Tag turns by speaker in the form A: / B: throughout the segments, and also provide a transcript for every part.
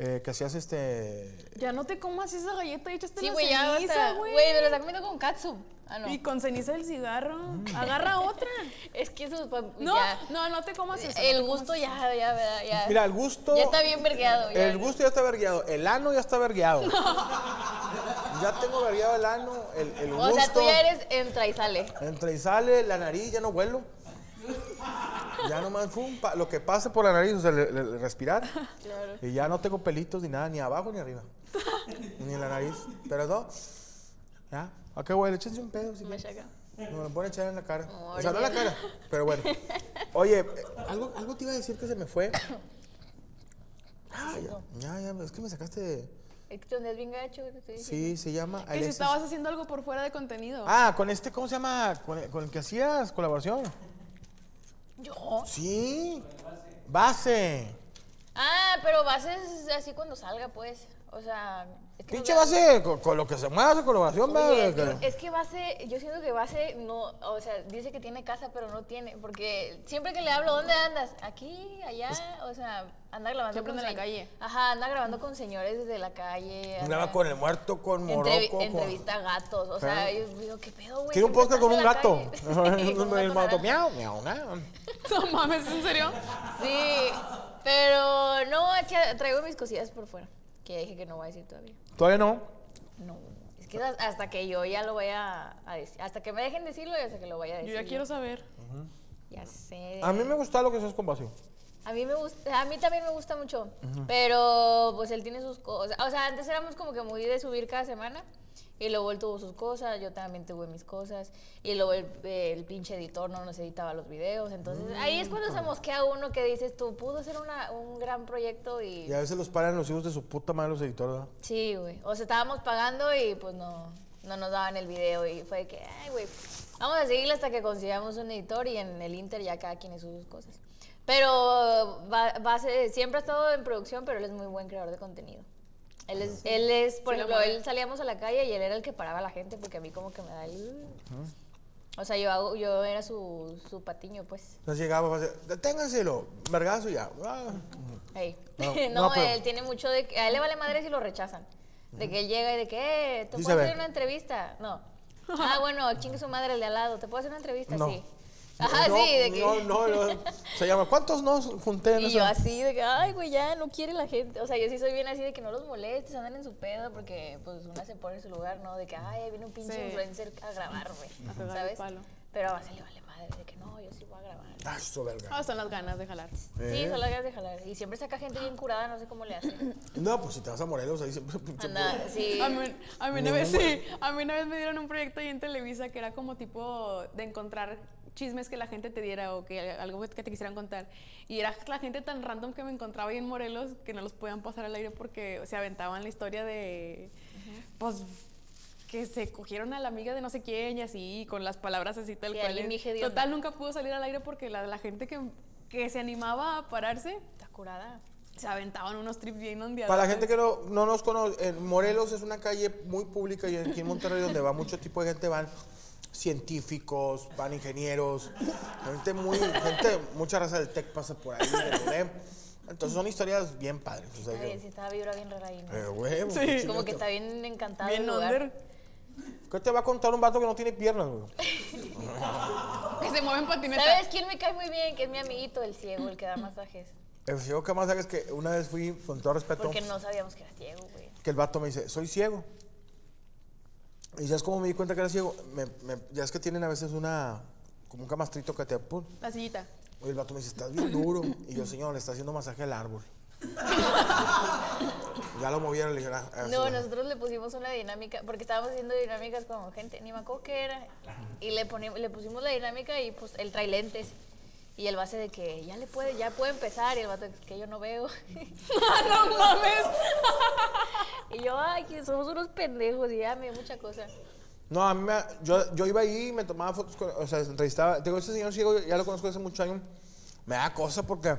A: Eh, que hacías este.
B: Ya no te comas esa galleta hecha hasta
C: Sí,
B: la
C: güey, ya
B: ceniza,
C: basta.
B: ah, güey.
C: Güey, me lo está comiendo con katsu. Ah, no.
B: Y con ceniza del cigarro. Agarra otra.
C: Es que eso. pa-
B: No,
C: ya.
B: no, no te comas eso.
C: El gusto ya, ya, ¿verdad? ya.
A: Mira, el gusto.
C: Ah, Ya está bien vergueado. ya.
A: El gusto ya está vergueado. El ano ya está vergueado. Ya tengo vergueado el ano, el, el
C: O
A: gusto.
C: sea, tú ya eres entra y sale.
A: Entra y sale, la nariz, ya no huelo. Ya nomás fum, pa- lo que pase por la nariz, o sea, le- le- le respirar. Y ya no tengo pelitos ni nada, ni abajo ni arriba. ni en la nariz. Pero no. Ya. ¿A qué huele? Échense un pedo. Si
C: Me
A: quieren.
C: saca.
A: No, lo pueden echar en la cara. O sea, no en la cara, pero bueno. Oye, eh, algo, algo te iba a decir que se me fue. Ah, ya, ya, ya, es que me sacaste.
C: Es que te andas bien gacho, güey, te dije.
A: Sí, se llama
B: Que si
A: Alexis.
B: estabas haciendo algo por fuera de contenido.
A: Ah, con este, ¿cómo se llama? Con el, con el que hacías colaboración.
C: ¿Yo?
A: Sí. Base.
C: Ah, pero bases así cuando salga, pues. O sea. es que
A: Pinche
C: no-
A: base, con, con lo que se mueva hace colaboración,
C: Oye,
A: va,
C: es,
A: que-
C: que, es que base, yo siento que base no, o sea, dice que tiene casa, pero no tiene, porque siempre que le hablo, ¿dónde andas? Aquí, allá, o sea, anda grabando
B: Siempre
C: con
B: anda en la
C: señ-
B: calle.
C: Ajá, anda grabando con señores desde la calle. anda-
A: Andaba con el muerto, con Morocco.
C: entrevi-
A: con-
C: entrevista a gatos, o sea, yo digo, ¿qué pedo, güey?
A: Quiero un
C: Siempre
A: podcast con un
C: estás
A: gato.
C: en la calle. Sí, con un
A: el
C: gato
A: gato,
C: naranja.
A: miau, miau, miau.
B: No mames, ¿en serio?
C: Sí, pero no, es que traigo mis cosillas por fuera, que ya dije que no voy a decir todavía.
A: Todavía no.
C: No, es que hasta- hasta que yo ya lo vaya a decir, hasta que me dejen decirlo y hasta que lo vaya a
B: Yo
C: decir.
B: ya quiero saber.
C: Ya sé.
A: A mí me gusta lo que haces con vacío.
C: A mí me gusta, a mí también me gusta mucho, pero pues él tiene sus cosas. O sea, antes éramos como que muy de subir cada semana y luego él tuvo sus cosas, yo también tuve mis cosas y luego el, el pinche editor no nos editaba los videos, entonces ahí es
A: Mm.
C: cuando se mosquea uno que dices tú pudo ser una- un gran proyecto y
A: Y a veces los paran los hijos de su puta madre los editores, ¿verdad?
C: sí, güey. O sea, estábamos pagando y pues no no nos daban el video y fue de que ay, güey, vamos a seguirle hasta que consigamos un editor y en el Inter ya cada quien hizo sus cosas. Pero va, va a ser- siempre ha estado en producción, pero él es muy buen creador de contenido. Él es, él es por
B: Sí, la
C: ejemplo,
B: mueve.
C: él salíamos a la calle y él era el que paraba a la gente porque a mí como que me da el... O sea, yo, hago, yo era su, su patiño, pues.
A: Entonces llegaba, va a decir, deténganselo, vergazo y ya. Ah.
C: Ey.
A: No,
C: No,
A: no, pero-
C: él tiene mucho de que... A él le vale madre si lo rechazan. De que él llega y de que, eh, ¿te
A: Sí se
C: puedo
A: ve.
C: hacer una entrevista? No. Ah, bueno, chingue su madre el de al lado. ¿Te puedo hacer una entrevista?
A: No.
C: Sí. Ajá,
A: no,
C: sí, de que...
A: No, no, no. Se llama, ¿cuántos no junté en
C: Y
A: eso?
C: yo así, de que, ay, güey, ya no quiere la gente. O sea, yo sí soy bien así de que no los molestes, andan en su pedo, porque pues una se pone en su lugar, ¿no? De que, ay, ahí viene un pinche
B: Sí.
C: influencer a grabar, güey.
B: A pegar el
C: ¿Sabes?
B: palo.
C: Pero a base le vale madre, de que no, yo sí voy a grabar.
A: Ah, eso, verga.
B: Ah, son las ganas de jalar.
A: Eh.
C: Sí, solo hagas de jalar. Y siempre saca gente bien curada, no sé cómo le hace.
A: No, pues si te vas a Morelos, ahí siempre. pinche puro-
C: Anda, sí.
B: A mí, a mí una vez
A: Ningún
B: sí, a mí una vez me dieron un proyecto ahí en Televisa que era como tipo de encontrar chismes que la gente te diera o que algo que te quisieran contar. Y era la gente tan random que me encontraba ahí en Morelos que no los podían pasar al aire porque se aventaban la historia de pues que se cogieron a la amiga de no sé quién y así con las palabras así tal
C: Sí,
B: cual.
C: alguien dije, "Dios,
B: Total
C: no".
B: nunca pudo salir al aire porque la, la gente que que se animaba a pararse
C: Está curada.
B: se aventaban unos trips bien ondeados.
A: Para la gente que no, no nos conoce, en Morelos es una calle muy pública y aquí en Monterrey donde va mucho tipo de gente, van científicos, van ingenieros, gente muy, gente, mucha raza del tech pasa por ahí, del UNEM. Entonces son historias bien padres. o sea,
C: Está bien,
A: que-
C: sí, estaba vibra bien rara ahí, ¿no?
A: eh, huevo,
B: Sí.
A: qué
B: Como
C: Como
A: chingón.
C: que está bien encantado
B: Bien
C: el lugar.
B: under.
A: ¿Qué te va a contar un vato que no tiene piernas, güey?
B: Que se mueven patinetas.
C: ¿Sabes quién me cae muy bien? Que es mi amiguito, el ciego, el que da masajes.
A: El ciego que más sabes que una vez fui, con todo respeto,
C: Porque no sabíamos que era ciego, güey.
A: que el vato me dice, soy ciego. Y ya es como me di cuenta que era ciego. Me- me- ya es que tienen a veces una, como un camastrito que te apun.
B: La sillita.
A: Oye, el vato me dice, estás bien duro. Y yo, señor, le está haciendo masaje al árbol. ya lo movieron, le dijeron, "Ah,
C: No,
A: eso".
C: nosotros le pusimos una dinámica, porque estábamos haciendo dinámicas como gente, ni me acuerdo qué era. Y le, poni- le pusimos la dinámica y pues él trae lentes. Y el base de que ya le puede, ya puede empezar. Y el vato que yo no veo. ¡No mames! y yo, ay, que somos unos pendejos. Y ya me dio mucha cosa.
A: No, a mí me- yo, yo iba ahí y me tomaba fotos, con- o sea, entrevistaba. Digo, ese señor ciego, ya lo conozco desde hace muchos años. Me da cosa porque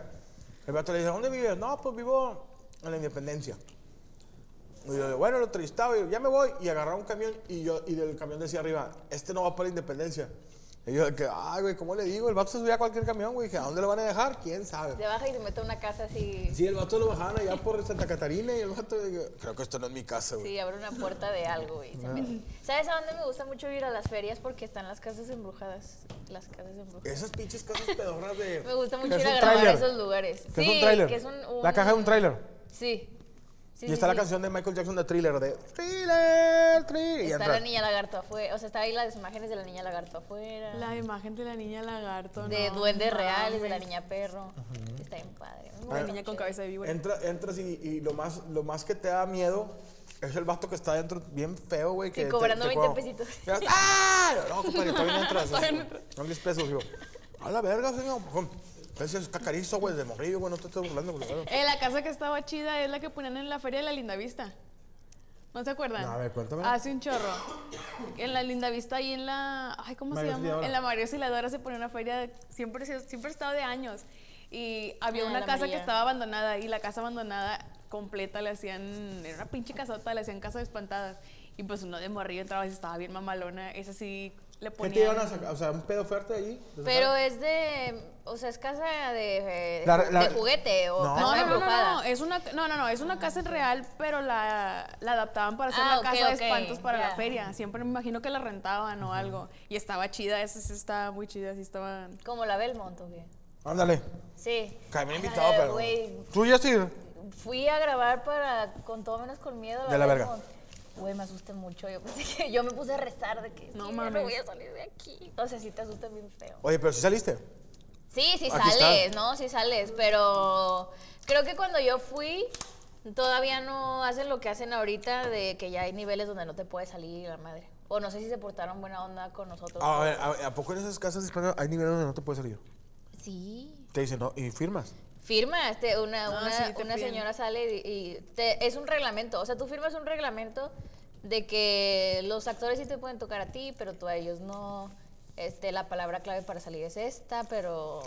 A: el vato le dice, ¿dónde vives? No, pues vivo en la Independencia. Y yo, bueno, lo entrevistaba y yo, ya me voy. Y agarraba un camión y yo, y del camión decía arriba, este no va para la Independencia. Y yo, de que, ay, güey, ¿cómo le digo? El vato se subía a cualquier camión, güey. Dije, ¿a dónde lo van a dejar? ¿Quién sabe?
C: Se baja y se mete a una casa así.
A: Sí, el vato lo bajaban allá por Santa Catarina y el vato, de que, creo que esto no es mi casa, güey.
C: Sí, abre una puerta de algo y se
A: Ah.
C: mete. ¿Sabes a dónde me gusta mucho ir a las ferias? Porque están las casas embrujadas. Las casas embrujadas.
A: Esas pinches casas pedorras de.
C: Me gusta mucho
A: que es
C: ir a
A: un
C: grabar
A: tráiler.
C: esos lugares.
A: Que
C: sí,
A: es un tráiler.
C: que es un, un-
A: La caja de un tráiler.
C: Sí. Sí,
A: y
C: sí,
A: está la
C: sí.
A: canción de Michael Jackson de Thriller, de Thriller, Thriller. y
C: Está
A: entra.
C: la niña lagarto afuera. O sea, está ahí las imágenes de la niña lagarto afuera.
B: La imagen de la niña lagarto.
C: Ah. de
B: no
C: duendes reales, de la
B: mames.
C: niña perro. Está bien
A: Ah,
C: padre. Me
B: La
C: gusta
B: niña con
C: mucho.
B: cabeza de víbora.
A: Entra- entras y, y lo, más, lo más que te da miedo es el vato que está adentro, bien feo, güey. que te-
C: cobrando
A: te
C: 20
A: cobra-
C: pesitos.
A: Mira, ¡Ah! No, compadre, todavía no entras. eh". Son 10 pesos, digo. A la verga, señor. Ese es cacarizo, güey, de morrillo, güey, no te estoy burlando, güey.
B: Eh, la casa que estaba chida es la que ponían en la feria de la Lindavista. ¿No se acuerdan?
A: No, a ver, cuéntame.
B: Hace un chorro. En la Lindavista ahí en la... Ay, ¿cómo
A: María
B: se llama?
A: Auxiliadora.
B: En la María Osciladora se ponía una feria, de- siempre, se- siempre ha estado de años. Y había
C: Ah,
B: una
C: la
B: casa
C: María.
B: que estaba abandonada y la casa abandonada completa le hacían... Era una pinche casota, le hacían casa de espantadas. Y pues uno de morrillo entraba y estaba bien mamalona. Esa sí le
A: ¿Qué
B: ponían...
A: te iban a sacar? O sea, un pedo fuerte ahí. ¿Te
C: Pero
A: sacaron?
C: es de. O sea, es casa de, eh,
A: La-
C: de
A: la-
C: juguete o
A: No.
B: No, no,
C: casa
B: no,
C: embrujada.
B: no, no, es una, no, no, no, es una casa real, pero la, la adaptaban para hacer
C: Ah,
B: la
C: ok,
B: casa
C: ok,
B: de espantos para
C: ya.
B: la feria. Siempre me imagino que la rentaban o algo. Y estaba chida, esa sí estaba muy chida, sí estaban...
C: Como la Belmont, ¿o qué?
A: Ándale.
C: Sí.
A: Que me han
C: Ay,
A: invitado, pero.
C: güey,
A: Tú ya sí.
C: Fui a grabar para con todo menos con miedo.
A: De la verga.
C: Belmont. Güey, me asusté mucho. Yo pensé que yo me puse a rezar de que
B: No
C: no, no
B: mames.
C: voy a salir de aquí. O sea, sí te asustas bien feo.
A: Oye, pero sí saliste.
C: Sí, sí
A: Aquí
C: sales,
A: está.
C: ¿no? Sí sales, pero creo que cuando yo fui todavía no hacen lo que hacen ahorita de que ya hay niveles donde no te puedes salir la madre. O no sé si se portaron buena onda con nosotros.
A: A ver, a, ¿a poco en esas casas hispanas hay niveles donde no te puedes salir?
C: Sí.
A: Te dicen, no, y firmas.
C: Firma, este, una,
B: Ah,
C: una,
B: sí, te
C: una
B: piden.
C: señora sale y, y te- es un reglamento. O sea, tú firmas un reglamento de que los actores sí te pueden tocar a ti, pero tú a ellos no. Este, la palabra clave para salir es esta, pero.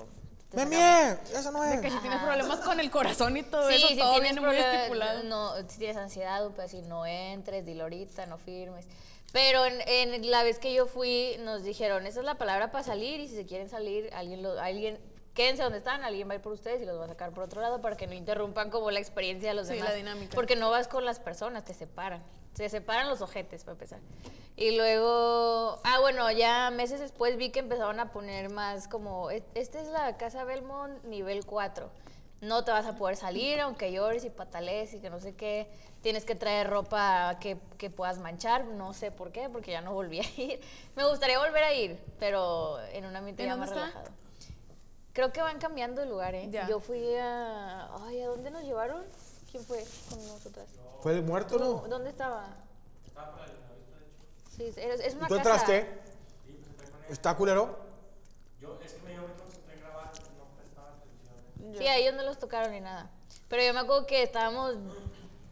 C: te
A: ¡Me
C: sacamos-
A: mie! Eso no
B: De
A: es.
B: que si tienes problemas con el corazón y todo eso,
C: si
B: todo
C: tienes
B: viene muy
C: problema-
B: estipulado.
C: No, si tienes ansiedad, pues si no entres, dilo ahorita, no firmes. Pero en, en la vez que yo fui, nos dijeron, esa es la palabra para salir y si se quieren salir, alguien, lo- alguien quédense donde están, alguien va a ir por ustedes y los va a sacar por otro lado para que no interrumpan como la experiencia de los
B: Sí,
C: demás.
B: la dinámica.
C: Porque no vas con las personas, te separan. Se separan los ojetes, para empezar. Y luego, ah, bueno, ya meses después vi que empezaron a poner más como, "E- esta es la casa Belmont nivel 4. No te vas a poder salir, aunque llores y patales y que no sé qué. Tienes que traer ropa que, que puedas manchar. No sé por qué, porque ya no volví a ir. Me gustaría volver a ir, pero en un ambiente
B: ¿En
C: ya más
B: dónde está?
C: relajado. Creo que van cambiando de lugar, ¿eh?
B: Ya.
C: Yo fui a... Ay, ¿a dónde nos llevaron? ¿Quién fue con nosotras?
A: ¿Fue el muerto
C: ¿Tú
A: no?
C: ¿Dónde estaba? Sí, es, es una
A: ¿Tú
C: casa.
A: entraste? ¿Está culero?
C: Sí, a ellos no los tocaron ni nada. Pero yo me acuerdo que estábamos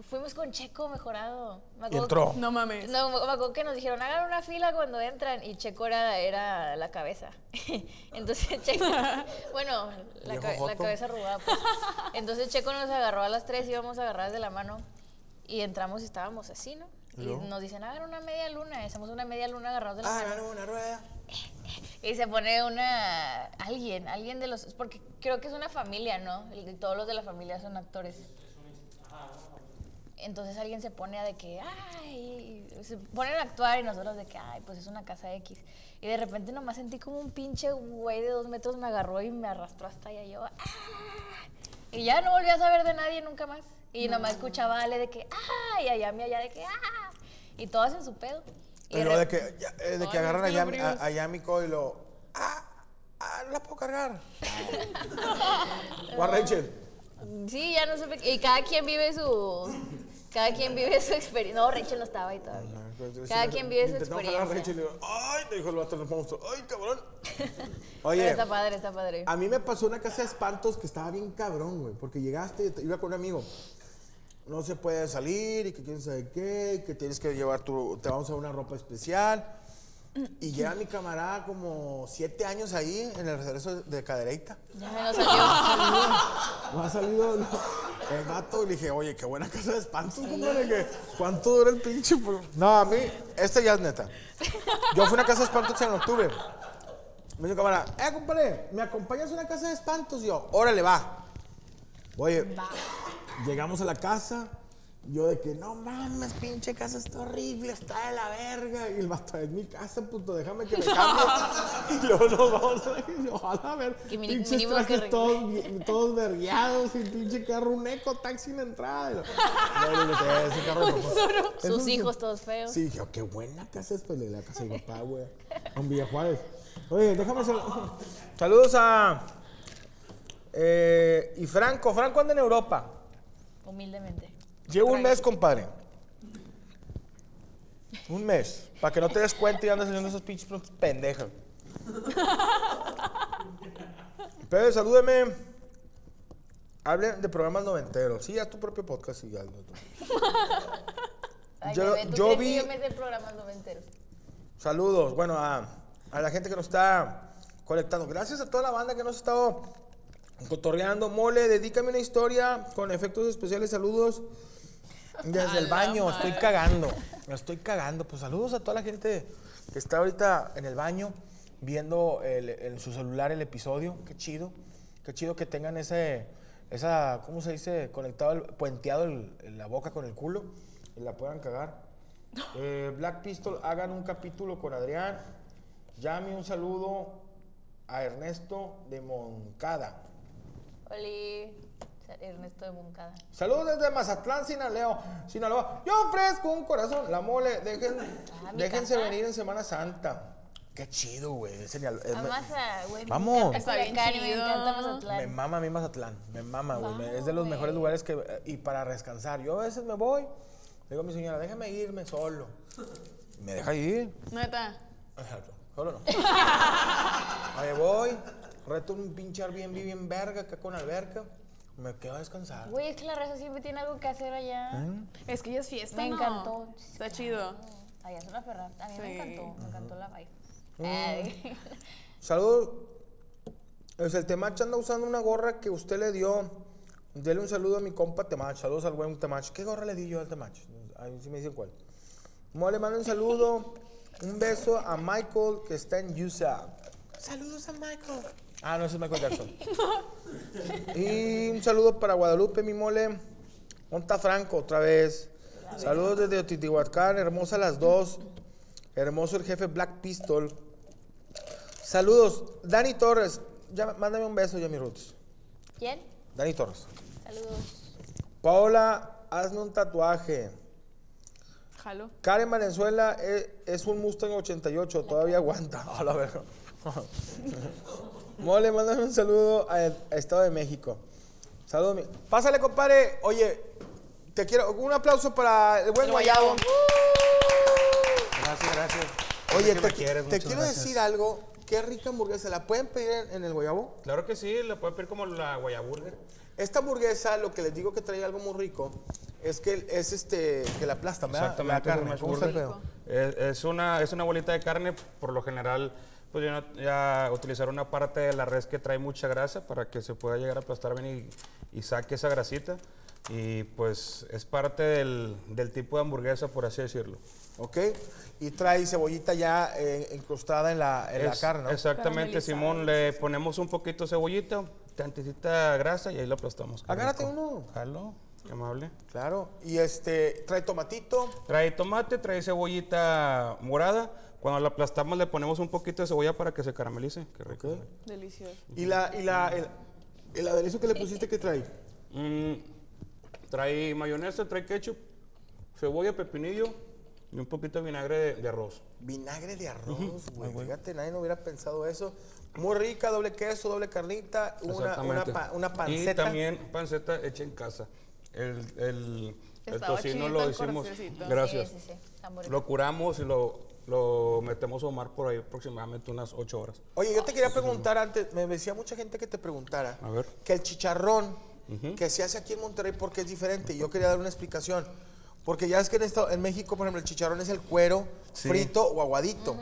C: Fuimos con Checo mejorado.
A: Y
C: Me acuerdo-
A: entró.
B: No mames.
C: No, me acuerdo que nos dijeron, hagan una fila cuando entran y Checo era, era la cabeza. Entonces Checo, bueno, la,
A: Viejo
C: ca- la
A: joto.
C: cabeza arrugada. pues. Entonces Checo nos agarró a las tres, íbamos agarradas de la mano y entramos y estábamos así, ¿no?
A: ¿Y
C: Y
A: luego?
C: nos dicen, hagan una media luna, hacemos una media luna agarrados de la
A: Ah,
C: mano.
A: ganó una rueda.
C: Y se pone una. Alguien, alguien de los. Porque creo que es una familia, ¿no? El de- Todos los de la familia son actores. Entonces alguien se pone a de que, ay, y se ponen a actuar y nosotros de que, ay, pues es una casa X. Y de repente nomás sentí como un pinche güey de dos metros me agarró y me arrastró hasta allá. Yo, "Ah". Y ya no volví a saber de nadie nunca más. Y nomás escuchaba a Ale de que, ay, y allá mi allá de que, ah. Y todas en su pedo. Y
A: Y luego de
C: rep-
A: que, ya, eh, de que
B: Ay,
A: agarran
B: es que
A: allá,
B: lo
A: a, allá a mi co y lo. Ah, ah, no la puedo cargar. Juan Rachel.
C: Sí, ya no supe. Y cada quien vive su. Cada quien vive su experiencia. No, Rachel no estaba ahí todavía.
A: pues,
C: Cada quien vive su
A: Intentamos agarrar a Rachel
C: experiencia.
A: y digo, ay, te dijo el vato del monstruo. Ay, cabrón.
C: Pero
A: Oye,
C: está padre, está padre.
A: a mí me pasó una casa de espantos que estaba bien cabrón, güey. Porque llegaste, y te- iba con un amigo. No se puede salir y que quién sabe qué, y que tienes que llevar tu. Te vamos a dar una ropa especial. Y lleva mi camarada como siete años ahí en el regreso de Cadereita.
C: Ya me lo salió.
A: No ha salido el, el vato. Y le dije, oye, qué buena casa de espantos, compadre. que- ¿Cuánto dura el pinche? pro-?" No, a mí, este ya es neta. Yo fui a una casa de espantos en octubre. Me dijo, cámara, eh, compadre, ¿me acompañas a una casa de espantos? Y yo, órale, va. Oye, llegamos a la casa. Yo de que, no mames, pinche casa está horrible, está de la verga. Y el vato, es mi casa, puto, déjame que me cambie. y luego nos vamos a y yo, a la verga.
C: Y mini-
A: pinches
C: mínimo que
A: trajes
C: re-
A: todos todos, todos vergueados y pinche carro un eco, taxi en la entrada. Y lo- No, no, no, ese carro no fue. Es
C: Sus
A: un-
C: hijos todos feos.
A: Sí, dije, qué buena casa es, pues, la de la casa de mi papá, güey. En Villa Juárez. Oye, déjame sal- Saludos a... eh, y Franco, Franco anda en Europa.
C: Humildemente.
A: Llevo un mes, compadre. Un mes. Para que no te des cuenta y andes haciendo esas pinches preguntas pendejas. Pero salúdeme. Hablen de programas noventeros. Sí, haz tu propio podcast y ya. lo otro.
C: Ay,
A: Yo-
C: bebé, ¿tú
A: yo
C: crees
A: vi-
C: que yo me sé programas noventeros.
A: Saludos, bueno, a, a la gente que nos está conectando. Gracias a toda la banda que nos ha estado cotorreando. Mole, dedícame una historia con efectos especiales. Saludos desde el baño. Estoy cagando. Me estoy cagando. Pues saludos a toda la gente que está ahorita en el baño viendo el- en su celular el episodio. Qué chido. Qué chido que tengan ese, esa, ¿cómo se dice? Conectado, el, puenteado el- el- la boca con el culo y la puedan cagar. Eh, Black Pistol, hagan un capítulo con Adrián. Llame un saludo a Ernesto de Moncada.
C: Oli. Ernesto de Moncada.
A: Saludos desde Mazatlán, Sinaloa. Sinaloa. Yo ofrezco un corazón. La mole, dejen-
C: Ah, mi
A: déjense
C: casa.
A: venir en Semana Santa. Qué chido, güey. es Sinalo- eh, me-
C: Además, ah, güey. me
A: Vamos.
C: encanta
B: Está bien
C: Culiacán y
B: chido.
C: Me encanta
A: Me
C: Mazatlán.
A: mama a mí Mazatlán, me mama, güey. me- Es de los
C: Vamos,
A: mejores
C: güey.
A: lugares que... eh, Y para descansar. Yo a veces me voy, le digo a mi señora, déjame irme solo. Me deja ir.
B: Neta.
A: Exacto. Solo no. Ahí voy, reto un pinche Airbnb bien verga acá con alberca. Me quedo a descansar.
C: Güey, es que la raza siempre tiene algo que hacer allá.
A: ¿Eh?
B: Es que ya es fiesta.
C: Me
B: ¿no?
C: encantó.
B: Está chido.
C: Allá es una ferrata. A mí me
B: Sí.
C: encantó. Me encantó la vibe.
A: Mm.
C: Ay.
A: Saludos. Es el Temach anda usando una gorra que usted le dio. Dele un saludo a mi compa Temach. Saludos al buen Temach. ¿Qué gorra le di yo al Temach? Ahí sí me dicen cuál. Mole, manda un saludo. Un beso a Michael que está en USA. Saludos a Michael. Ah, no, ese es Michael Jackson. y un saludo para Guadalupe, mi mole. Monta Franco, otra vez. Saludos desde Otihuacán, hermosa las dos. Hermoso el jefe Black Pistol. Saludos, Dani Torres. Ya, mándame un beso, Jimmy Roots.
C: ¿Quién?
A: Dani Torres.
C: Saludos.
A: Paola, hazme un tatuaje.
B: Jalo.
A: Karen Valenzuela eh, es, un Mustang 88, todavía aguanta. A la verga. Mole, mándame un saludo a, a Estado de México. Saludos. mi- Pásale, compadre. Oye, te quiero. Un aplauso para el buen
B: El
A: guayabo.
B: guayabo.
D: Gracias, gracias.
A: Oye,
D: Sé que
A: te,
D: me quieres,
A: te
D: muchas
A: quiero
D: gracias.
A: decir algo. Qué rica hamburguesa. ¿La pueden pedir en, en el guayabo?
D: Claro que sí, le puedo pedir como la guayaburger.
A: Esta hamburguesa, lo que les digo que trae algo muy rico, es que es este, que la aplasta, ¿verdad? La
D: Exactamente, es
A: carne.
D: un smash
A: ¿Cómo está el
D: burger.
A: pedo?
D: Es, es una, es una bolita de carne, por lo general, pues ya, no- ya utilizar una parte de la res que trae mucha grasa para que se pueda llegar a aplastar bien y, y saque esa grasita. Y pues es parte del, del tipo de hamburguesa, por así decirlo.
A: ¿Ok? Y trae cebollita ya eh, encrustada en la, en la
D: Es-
A: carne, ¿no?
D: Exactamente, Simón. Le ponemos un poquito de cebollita, tantita grasa y ahí lo aplastamos. qué
A: Agárrate
D: rico.
A: uno.
D: Jalo, qué amable.
A: Claro. Y este, trae tomatito.
D: Trae tomate, trae cebollita morada. Cuando la aplastamos le ponemos un poquito de cebolla para que se caramelice. Qué rico.
B: Delicioso.
A: Y la, y la, el, el aderezo que le pusiste, ¿qué trae?
D: Mm, trae mayonesa, trae ketchup, cebolla, pepinillo y un poquito de vinagre de, de arroz.
A: Vinagre de arroz,
D: Ah,
A: güey. Fíjate, nadie no hubiera pensado eso. Muy rica, doble queso, doble carnita, una, una,
D: Exactamente.
A: pa- una
D: Y
A: panceta.
D: también panceta hecha en casa. El, el, el
B: Estaba
D: tocino
B: chidito
D: lo
B: el
D: hicimos.
B: cortecito.
D: Gracias.
A: Pues,
C: Sí, sí, sí. Está muy rico.
D: Lo curamos y lo, lo metemos a ahumar por ahí aproximadamente unas 8 horas.
A: Oye, yo te
D: Este
A: quería preguntar antes, me decía mucha gente que te preguntara
D: A ver.
A: que el chicharrón que se hace aquí en Monterrey porque es diferente. y Yo quería dar una explicación. Porque ya es que en, esta- en México, por ejemplo, el chicharrón es el cuero frito o aguadito.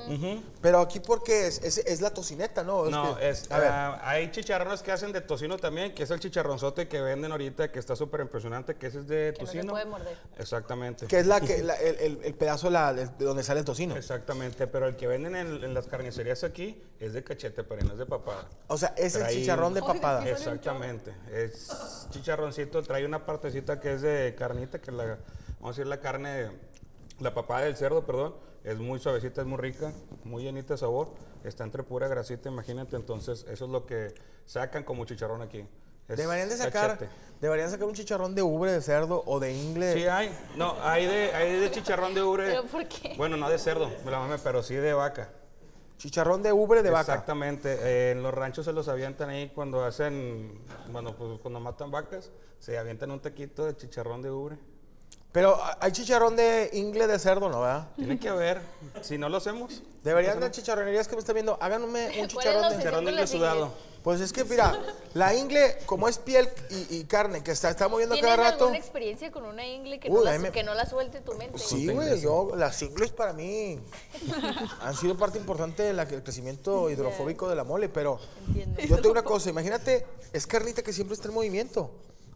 A: Pero aquí porque es, es, es la tocineta, ¿no?
D: No,
A: Pues que-
D: es,
A: a ver,
D: ah, hay chicharrones que hacen de tocino también, que es el chicharronzote que venden ahorita, que está súper impresionante, que ese es de
C: no te
D: tocino.
C: puede morder.
D: Exactamente.
A: que es la que, la- el, el- el pedazo la- de de donde sale el tocino.
D: Exactamente, pero el que venden en, en las carnicerías aquí es de cachete, pero no es de papada.
A: O sea, es el
D: Trae-
A: chicharrón de
B: Oye,
A: papada.
B: que-
D: Exactamente, es chicharroncito, trae una partecita que es de carnita, que la, vamos a decir, la carne, la papada del cerdo, perdón, es muy suavecita, es muy rica, muy llenita de sabor, está entre pura grasita, imagínate, entonces eso es lo que sacan como chicharrón aquí. Es
A: Deberían de sacar,
D: cachete.
A: deberían sacar un chicharrón de ubre de cerdo o de ingle.
D: Sí, hay. No, hay de, hay de chicharrón de ubre.
C: ¿Pero por qué?
D: Bueno, no de cerdo, me la mame, pero sí de vaca.
A: Chicharrón de ubre de vaca.
D: Exactamente. eh, en los ranchos se los avientan ahí cuando hacen, bueno, pues cuando matan vacas, se avientan un taquito de chicharrón de ubre.
A: Pero ¿ah, hay chicharrón de ingle de cerdo, ¿no? ¿verdad?
D: Tiene que haber. Si no lo hacemos,
A: Deberían las chicharronerías que me están viendo, háganme un
C: ¿Cuál es la
A: chicharrón de
C: obsesión
D: chicharrón de
C: con las ingles?
D: sudado.
A: Pues es que mira, la ingle, como es piel y, y carne, que está, está moviendo
C: ¿Tienes
A: cada rato.
C: alguna experiencia con una ingle que,
A: Uy,
C: no, la,
A: ahí me-
C: que no la suelte tu mente?
A: Sí, güey, yo, las ingles para mí han sido parte importante del crecimiento hidrofóbico de la mole, pero yo te digo una cosa, imagínate, es carnita que siempre está en movimiento,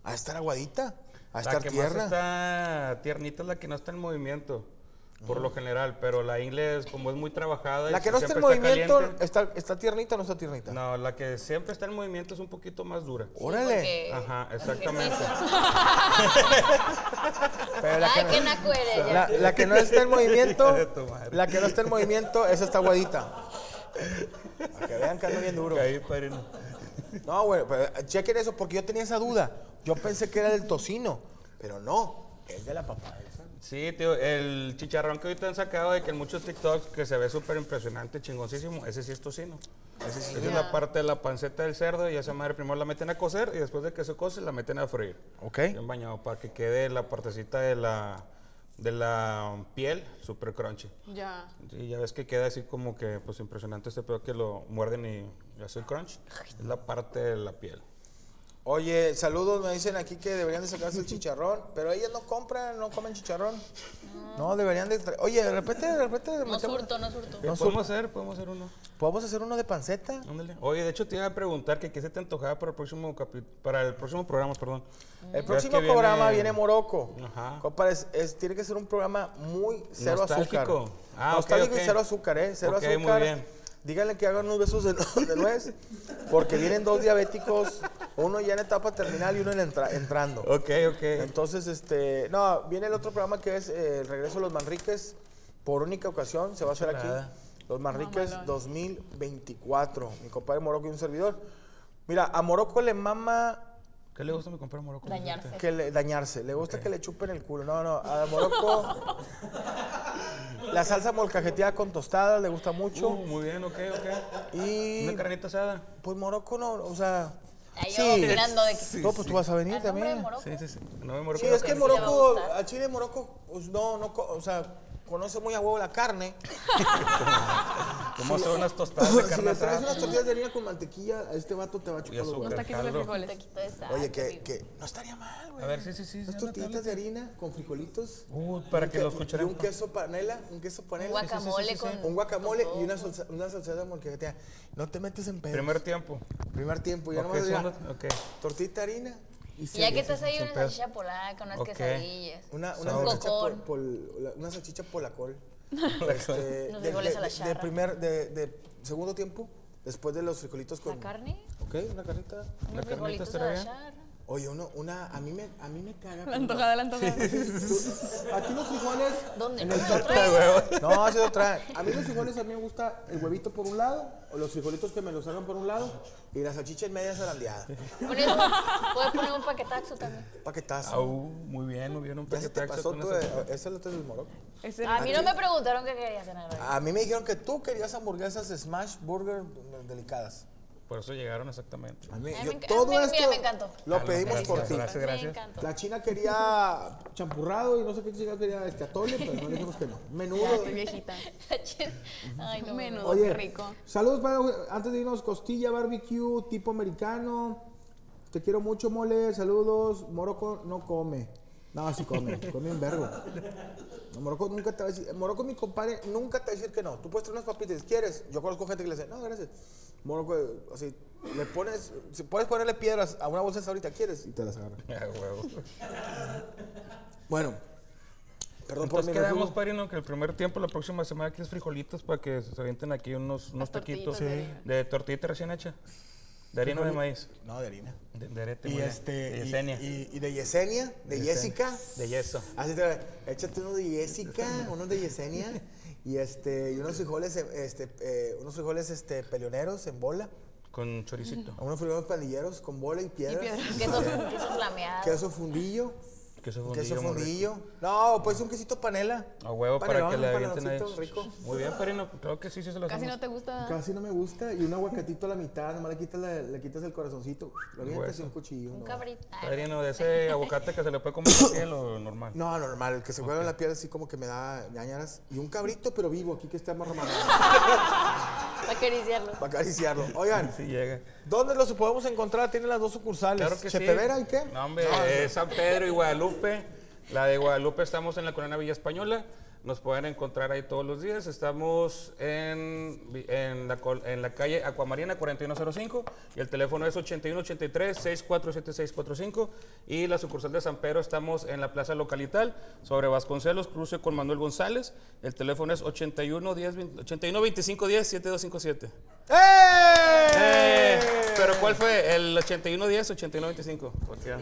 A: a estar aguadita, a
D: la
A: estar
D: que
A: tierna.
D: más está tiernita es la que no está en movimiento, por lo general, pero la ingle, es- como es muy trabajada. y
A: La que no está en
D: siempre
A: movimiento,
D: caliente-
A: está, ¿está tiernita o no está tiernita?
D: No, la que siempre está en movimiento es un poquito más dura.
A: Órale.
C: porque-
D: Ajá, exactamente.
A: Pero la
C: Ay,
A: que,
C: qué naco eres, ya.
A: la- la que no está en movimiento,
D: De tu madre.
A: la que no está en movimiento, esa está aguadita. Para que vean que ando bien duro.
D: Caí, padrino.
A: No, bueno, pero eh, chequen eso porque yo tenía esa duda. Yo pensé que era del tocino, pero no, es de la papá.
D: Sí, tío, el chicharrón que ahorita han sacado de que en muchos TikToks que se ve súper impresionante, chingoncísimo, ese sí es tocino. Esa es la parte de la panceta del cerdo y esa madre primero la meten a cocer y después de que se coce la meten a freír.
A: Ok.
D: Bien bañado para que quede la partecita de la, de la piel súper crunchy.
B: Ya.
D: Y ya ves que queda así como que pues impresionante este pedo que lo muerden y, y hace el crunch. Es la parte de la piel.
A: Oye, saludos, me dicen aquí que deberían de sacarse el chicharrón, pero ellas no compran, no comen chicharrón. No, deberían de... tra- Oye, de repente, de repente...
C: No
A: metemos-
C: surto, no surto.
D: Eh, podemos hacer, podemos hacer uno.
A: ¿Podemos hacer uno de panceta?
D: Ándale. Oye, de hecho te iba a preguntar que qué se te antojaba para el próximo capi- para el próximo programa, perdón.
A: Mm. El
D: Ves
A: próximo
D: que
A: programa viene Morocco.
D: Ajá.
A: Compa, es- es- tiene que ser un programa muy cero
D: Nostálgico.
A: azúcar.
D: Ah, ok,
A: Nostálgico
D: ok.
A: y cero azúcar, ¿eh? Cero
D: Ok, muy
A: azúcar.
D: bien.
A: Díganle que hagan unos besos de, de nuez, porque vienen dos diabéticos, uno ya en etapa terminal y uno en entra- entrando.
D: Ok, ok.
A: Entonces, este, no, viene el otro programa que es eh, El Regreso de los Manriques, por única ocasión, se va a hacer aquí.
D: Chulada.
A: Los Manriques 2024. Mi compadre Morocco y un servidor. Mira, a Morocco le mama
D: ¿Qué le gusta me comprar Morocco?
C: Dañarse.
A: que le- dañarse, le gusta que le chupen el culo. No, no, a Morocco. la salsa molcajeteada con tostadas le gusta mucho.
D: Uh, muy bien, ok, ok.
A: y
D: Una carnita asada.
A: pues Morocco no, o sea.
C: Ahí yo opinando de que...
A: No, pues tú vas a venir
C: Al nombre de pues,
A: también.
C: Morocco.
D: Sí, sí, sí. No me Morocco.
A: Sí, es que
C: le va a
A: Morocco,
C: gustar.
A: a Chile Morocco, pues, no, no, co- o sea, conoce muy a huevo la carne,
D: ¿Cómo hacer unas tostadas de
A: si
D: carne
A: le traes
D: asada?
A: unas tortillas de harina con mantequilla, a este vato te va a
D: Y
A: chupar los
D: azúcar,
A: huevos.
B: Taquitos de
D: caldo.
B: frijoles.
C: Taquito de sal.
A: Oye, que, que no estaría mal, güey.
D: A ver, sí, sí, sí.
A: Unas
D: sí,
A: tortillitas
D: ándale.
A: de harina con frijolitos.
D: Uh, para
A: Un
D: que
A: que-
D: lo
A: Y
D: escucharan.
A: un queso panela, un queso panela.
C: Guacamole con-
A: Un guacamole
C: con
A: y una
C: todo.
A: salsa, una salsa de molcajetea. No te metes en pedos.
D: Primer tiempo.
A: Primer tiempo. Pues Ya
D: Ok,
A: nomás dirá,
D: segundo- ok.
A: tortita de harina. Y
C: Y ya que
A: se-
C: estás ahí,
D: sin
C: una
D: pedo.
C: salchicha polaca, unas
D: Ok.
C: quesadillas.
A: Una, una
D: Sobre.
A: salchicha
C: Cocón.
A: pol- pol- la- una salchicha polacol. Este, de,
C: Los frijoles
A: de-
C: a la
A: de- de
C: charra.
A: primer, de, de segundo tiempo, después de los frijolitos con...
C: La carne,
A: Ok, una carnita.
C: unos
D: carnita
C: frijolitos a
D: estaría
C: la
D: bien.
C: charra.
A: Oye, uno, una, a mí me, a mí me caga.
B: La antojada, la antojada.
A: Tú- Aquí los frijoles...
C: ¿Dónde?
A: el
C: ¿Lo
A: plato-
C: traes?
A: No, se lo traen. A mí los frijoles, a mí me gusta el huevito por un lado, o los frijolitos que me los hagan por un lado, y la salchicha en media zarandeada.
C: Pones un- Puedes poner un paquetaxo también.
A: Paquetazo.
D: Au, muy bien, muy bien. Un
A: ya se te
D: paquetaxo
A: pasó
D: con
A: tú,
D: esa-
A: eh, ese lo te desmoró.
B: Ese-
C: A mí no me preguntaron qué quería cenar hoy.
A: A mí me dijeron que tú querías hamburguesas smash burger eh, delicadas.
D: Por eso llegaron exactamente.
A: A mí,
C: Ay,
A: yo-
C: me enc-
A: todo
C: mira,
A: esto
C: me encantó.
A: lo
D: Ah, no,
A: pedimos
D: gracias,
A: por ti.
D: Gracias,
C: Me
D: gracias.
C: encantó.
A: La china quería champurrado y no sé qué china quería este atole, pero no le dijimos que no. Menudo.
B: Ya, estoy viejita.
C: Ay, no.
B: Menudo,
A: Oye,
B: qué rico.
A: saludos para antes de irnos, costilla, barbecue, tipo americano. Te quiero mucho, mole. Saludos. Morocco no come. No, sí come. come un vergo. No, Morocco nunca te va a decir. Morocco, mi compadre, nunca te va a decir que no. Tú puedes traer unas papitas, ¿quieres? Yo conozco gente que le dice, no, gracias. Morocco, eh, así, le pones, si puedes ponerle piedras a una bolsa de ahorita, ¿quieres? Y te las agarra.
D: Ah, huevo.
A: Bueno, perdón por mi
D: Entonces quedamos,
A: reflujo.
D: Parino, que el primer tiempo, la próxima semana, quieres frijolitos para que se avienten aquí unos, unos taquitos
B: tortillitas de harina.
D: de tortillita recién hecha. De harina o de maíz.
A: No, de harina.
D: De, de arete,
A: Y
D: muy bien.
A: este.
D: De
A: y-
D: Yesenia.
A: Y, y de Yesenia, de,
D: Yesenia.
A: Jessica.
D: De yeso.
A: Así te échate uno de Jessica, uno de Yesenia. Y este, y unos frijoles, eh, este, eh, unos frijoles este, peleoneros en bola.
D: Con choricito.
A: Unos frijoles pandilleros con bola y piedras.
C: Queso, queso flameado.
A: Queso fundillo.
D: Queso
A: un
D: fundillo.
A: Queso
D: muy rico.
A: fundillo. No, pues un quesito panela.
D: A huevo para
A: Panelón,
D: que le
A: un
D: avienten ahí.
A: paneloncito rico.
D: Muy bien, Parino. Creo que sí, sí se lo
B: Casi
D: hacemos.
B: no te gusta.
A: Casi no me gusta. Y un aguacatito a la mitad, nomás le quitas, la- le quitas el corazoncito. Lo avientas y un
D: Hueso.
A: cuchillo.
C: Un
A: no.
C: cabrito. Ay,
D: Padrino, de ese aguacate que se le puede comer la piel o normal.
A: No, normal, el que se juega en la piel así como que me da ñañaras. Y un cabrito, pero vivo, aquí que está más amarrado
C: Para acariciarlo.
A: para acariciarlo. Oigan,
D: Sí llega.
A: ¿dónde los podemos encontrar? Tienen las dos sucursales.
D: Claro que
A: ¿Chepevera
D: sí.
A: y qué?
D: No, hombre, es San Pedro y Guadalupe. La de Guadalupe estamos en la colonia Villa Española. Nos pueden encontrar ahí todos los días. Estamos en, vi- en, la, col- en la calle Acuamarina 4105 y el teléfono es 8183-647645. Y la sucursal de San Pedro estamos en la plaza localital sobre Vasconcelos, cruce con Manuel González. El teléfono es 81 10 20 81 25 10 7257.
A: ¡Eh!
D: Eh, ¿Pero cuál fue? ¿El 81-10 o 89-25? Porque-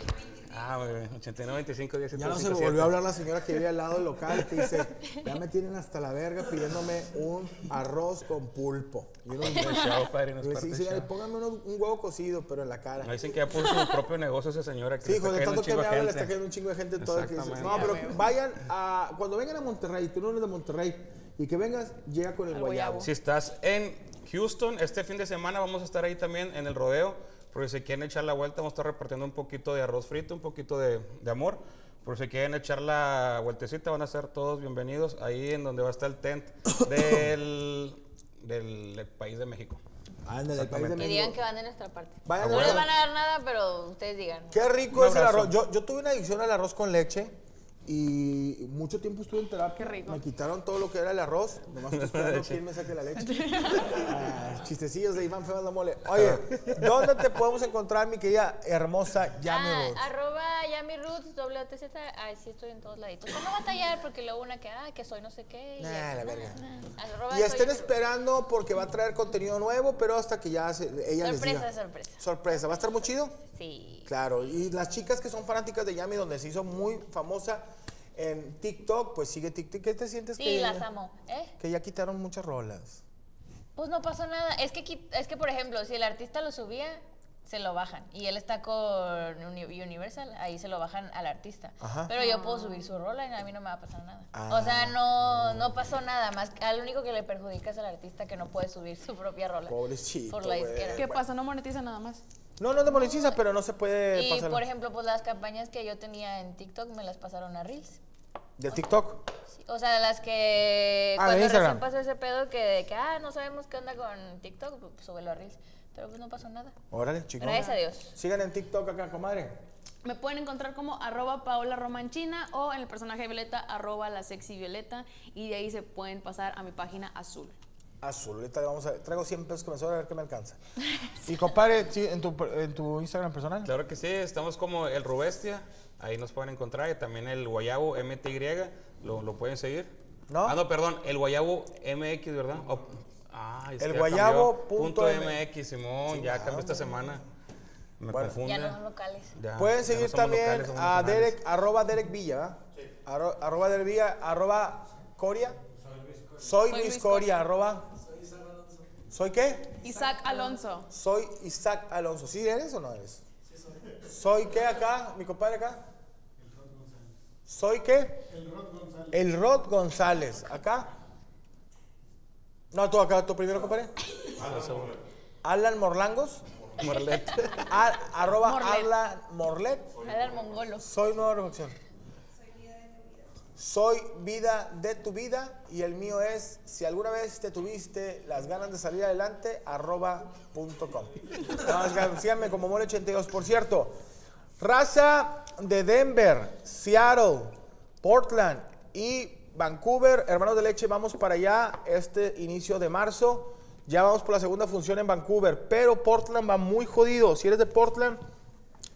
D: Ah, muy bien. 89-25, 10
A: Ya no se me volvió a hablar la señora que vive al lado del local que dice, ya me tienen hasta la verga pidiéndome un arroz con pulpo. Y uno
D: show, padre, no es
A: Y le
D: parte
A: dice,
D: del
A: "Sí,
D: show".
A: póngame uno- un, huevo cocido, pero en la cara.
D: No dicen que ya puso su propio negocio esa señora. Que
A: Sí,
D: le
A: hijo, de
D: está
A: tanto
D: cayendo un
A: que me
D: chingo de
A: habla, le
D: gente.
A: está cayendo un chingo de gente todo. Que dice, no,
D: Exactamente.
A: pero vayan a. Cuando vengan a Monterrey, tú no eres de Monterrey, y que vengas, llega con el guayabo.
D: Si estás en Houston, este fin de semana vamos a estar ahí también en el rodeo. Por si se quieren echar la vuelta, vamos a estar repartiendo un poquito de arroz frito, un poquito de, de amor. Por si quieren echar la vueltecita, van a ser todos bienvenidos ahí en donde va a estar el tent del, del, del país de México.
A: Ándale, el país de
C: Y
A: México.
C: digan que van de nuestra parte.
A: Vayan
C: No
A: a-
C: les van a dar nada, pero ustedes digan.
A: Qué rico
D: Un
A: es el
D: abrazo.
A: arroz. Yo, yo tuve una adicción al arroz con leche y mucho tiempo estuve en terapia.
B: Qué rico.
A: Me quitaron todo lo que era el arroz. Nomás estoy esperando quién me saque la leche. Ah, chistecillos de Iván Febas la Mole. Oye, ¿dónde te podemos encontrar, mi querida hermosa Yami
C: Ah,
A: Rhodes?
C: arroba Yami Roots, WTZ. Ay, sí, estoy en todos laditos. ¿Cómo batallar? Porque luego una que, ah, que soy no sé qué. y
A: Nah,
C: ya. Ah,
A: la verga.
C: Arroba
A: Y
C: soy
A: estén
C: Yami Roots.
A: esperando porque va a traer contenido nuevo, pero hasta que ya se- ella les
C: Sorpresa,
A: diga.
C: sorpresa.
A: Sorpresa. ¿Va a estar muy chido?
C: Sí.
A: Claro, y las chicas que son fanáticas de Yami, donde se hizo muy famosa en TikTok, pues sigue TikTok. ¿Qué te sientes que
C: Sí, las
A: ella-
C: amo. ¿Eh?
A: Que ya quitaron muchas rolas.
C: Pues no pasó nada. Es que, qui- es que, por ejemplo, si el artista lo subía, se lo bajan. Y él está con Uni- Universal, ahí se lo bajan al artista.
A: Ajá.
C: Pero yo puedo subir su rola y a mí no me va a pasar nada.
A: Ah.
C: O sea, no, no pasó nada. Más que- al único que le perjudica es al artista que no puede subir su propia rola.
A: Pobrecito,
C: Por la
A: güey.
C: izquierda.
B: ¿Qué pasa? No monetiza nada más.
A: No, no te monetiza, pero no se puede
C: Y
A: pasar
C: por ejemplo, pues las campañas que yo tenía en TikTok me las pasaron a Reels.
A: de TikTok.
C: O sea, de las que
A: Ah, de
C: cuando
A: Instagram.
C: recién pasó ese pedo que, de que, ah, no sabemos qué onda con TikTok, pues súbelo a Reels. Pero pues no pasó nada.
A: Órale, chicos.
C: Gracias a Dios.
A: Sigan en TikTok acá, comadre.
B: Me pueden encontrar como arroba paola romanchina o en el personaje de Violeta, arroba la sexy Violeta. Y de ahí se pueden pasar a mi página azul.
A: Azul, ahorita le vamos a Traigo 100 pesos que me sobra a ver qué me alcanza. y compadre, sí, en tu, en tu Instagram personal.
D: Claro que sí, estamos como el Rubestia, ahí nos pueden encontrar, y también el Guayabo MTY, lo, lo pueden seguir.
A: ¿No?
D: Ah, no, perdón, el Guayabo MX, ¿verdad? O- ah, es
A: El
D: que ya
A: guayabo
D: cambió.
A: punto
D: Punto
A: M.
D: MX, Simón, ya cambió esta semana. Me
A: Bueno.
D: confunde.
C: Ya no son locales.
D: Ya, ya
A: Pueden
D: no
A: seguir
D: somos
A: también
D: locales, somos
A: a
D: nacionales.
A: Derek, arroba Derek Villa, ¿verdad? Arro- arroba Derek Villa, arroba Coria. Soy Luis Coria, arroba. ¿Soy qué?
B: Isaac Alonso.
A: Soy Isaac Alonso. ¿Sí eres o no eres? ¿Soy qué acá? ¿Mi compadre acá? ¿Soy qué? El Rod González. ¿Acá? No, tú acá, tú primero, compadre. Alan Morlangos.
D: Morlet.
A: Al- arroba
B: Morlet.
A: Alan Morlet.
C: Era el mongolo.
A: Soy Nueva Reflexión. Soy vida de tu vida y el mío es, si alguna vez te tuviste las ganas de salir adelante, arroba punto com. Nada más que Síganme como Mole82. Por cierto, raza de Denver, Seattle, Portland y Vancouver, hermanos de leche, vamos para allá este inicio de marzo. Ya vamos por la segunda función en Vancouver, pero Portland va muy jodido. Si eres de Portland,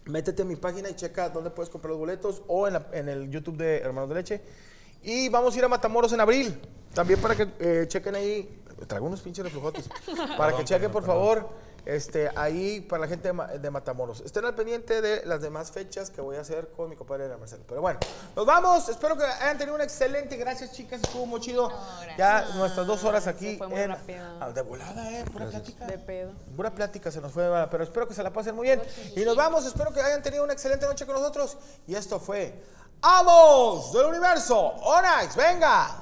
A: Métete a mi página y checa dónde puedes comprar los boletos o en, la- en el YouTube de Hermanos de Leche. Y vamos a ir a Matamoros en abril. También para que eh, chequen ahí. Traigo unos pinches reflujotes. para que chequen, por favor, este, ahí para la gente de, Ma- de Matamoros. Estén al pendiente de las demás fechas que voy a hacer con mi compadre la Marcela. Pero bueno, nos vamos. Espero que hayan tenido una excelente. Gracias, chicas. Estuvo muy chido. ya nuestras dos horas aquí.
B: fue muy
A: en-
B: rápido.
A: Ah, de volada, ¿eh? Pura plática.
B: De pedo.
A: Pura plática se nos fue, ¿verdad? pero espero que se la pasen muy bien. Y nos vamos, espero que hayan tenido una excelente noche con nosotros. Y esto fue Amos del Universo. Onax, venga.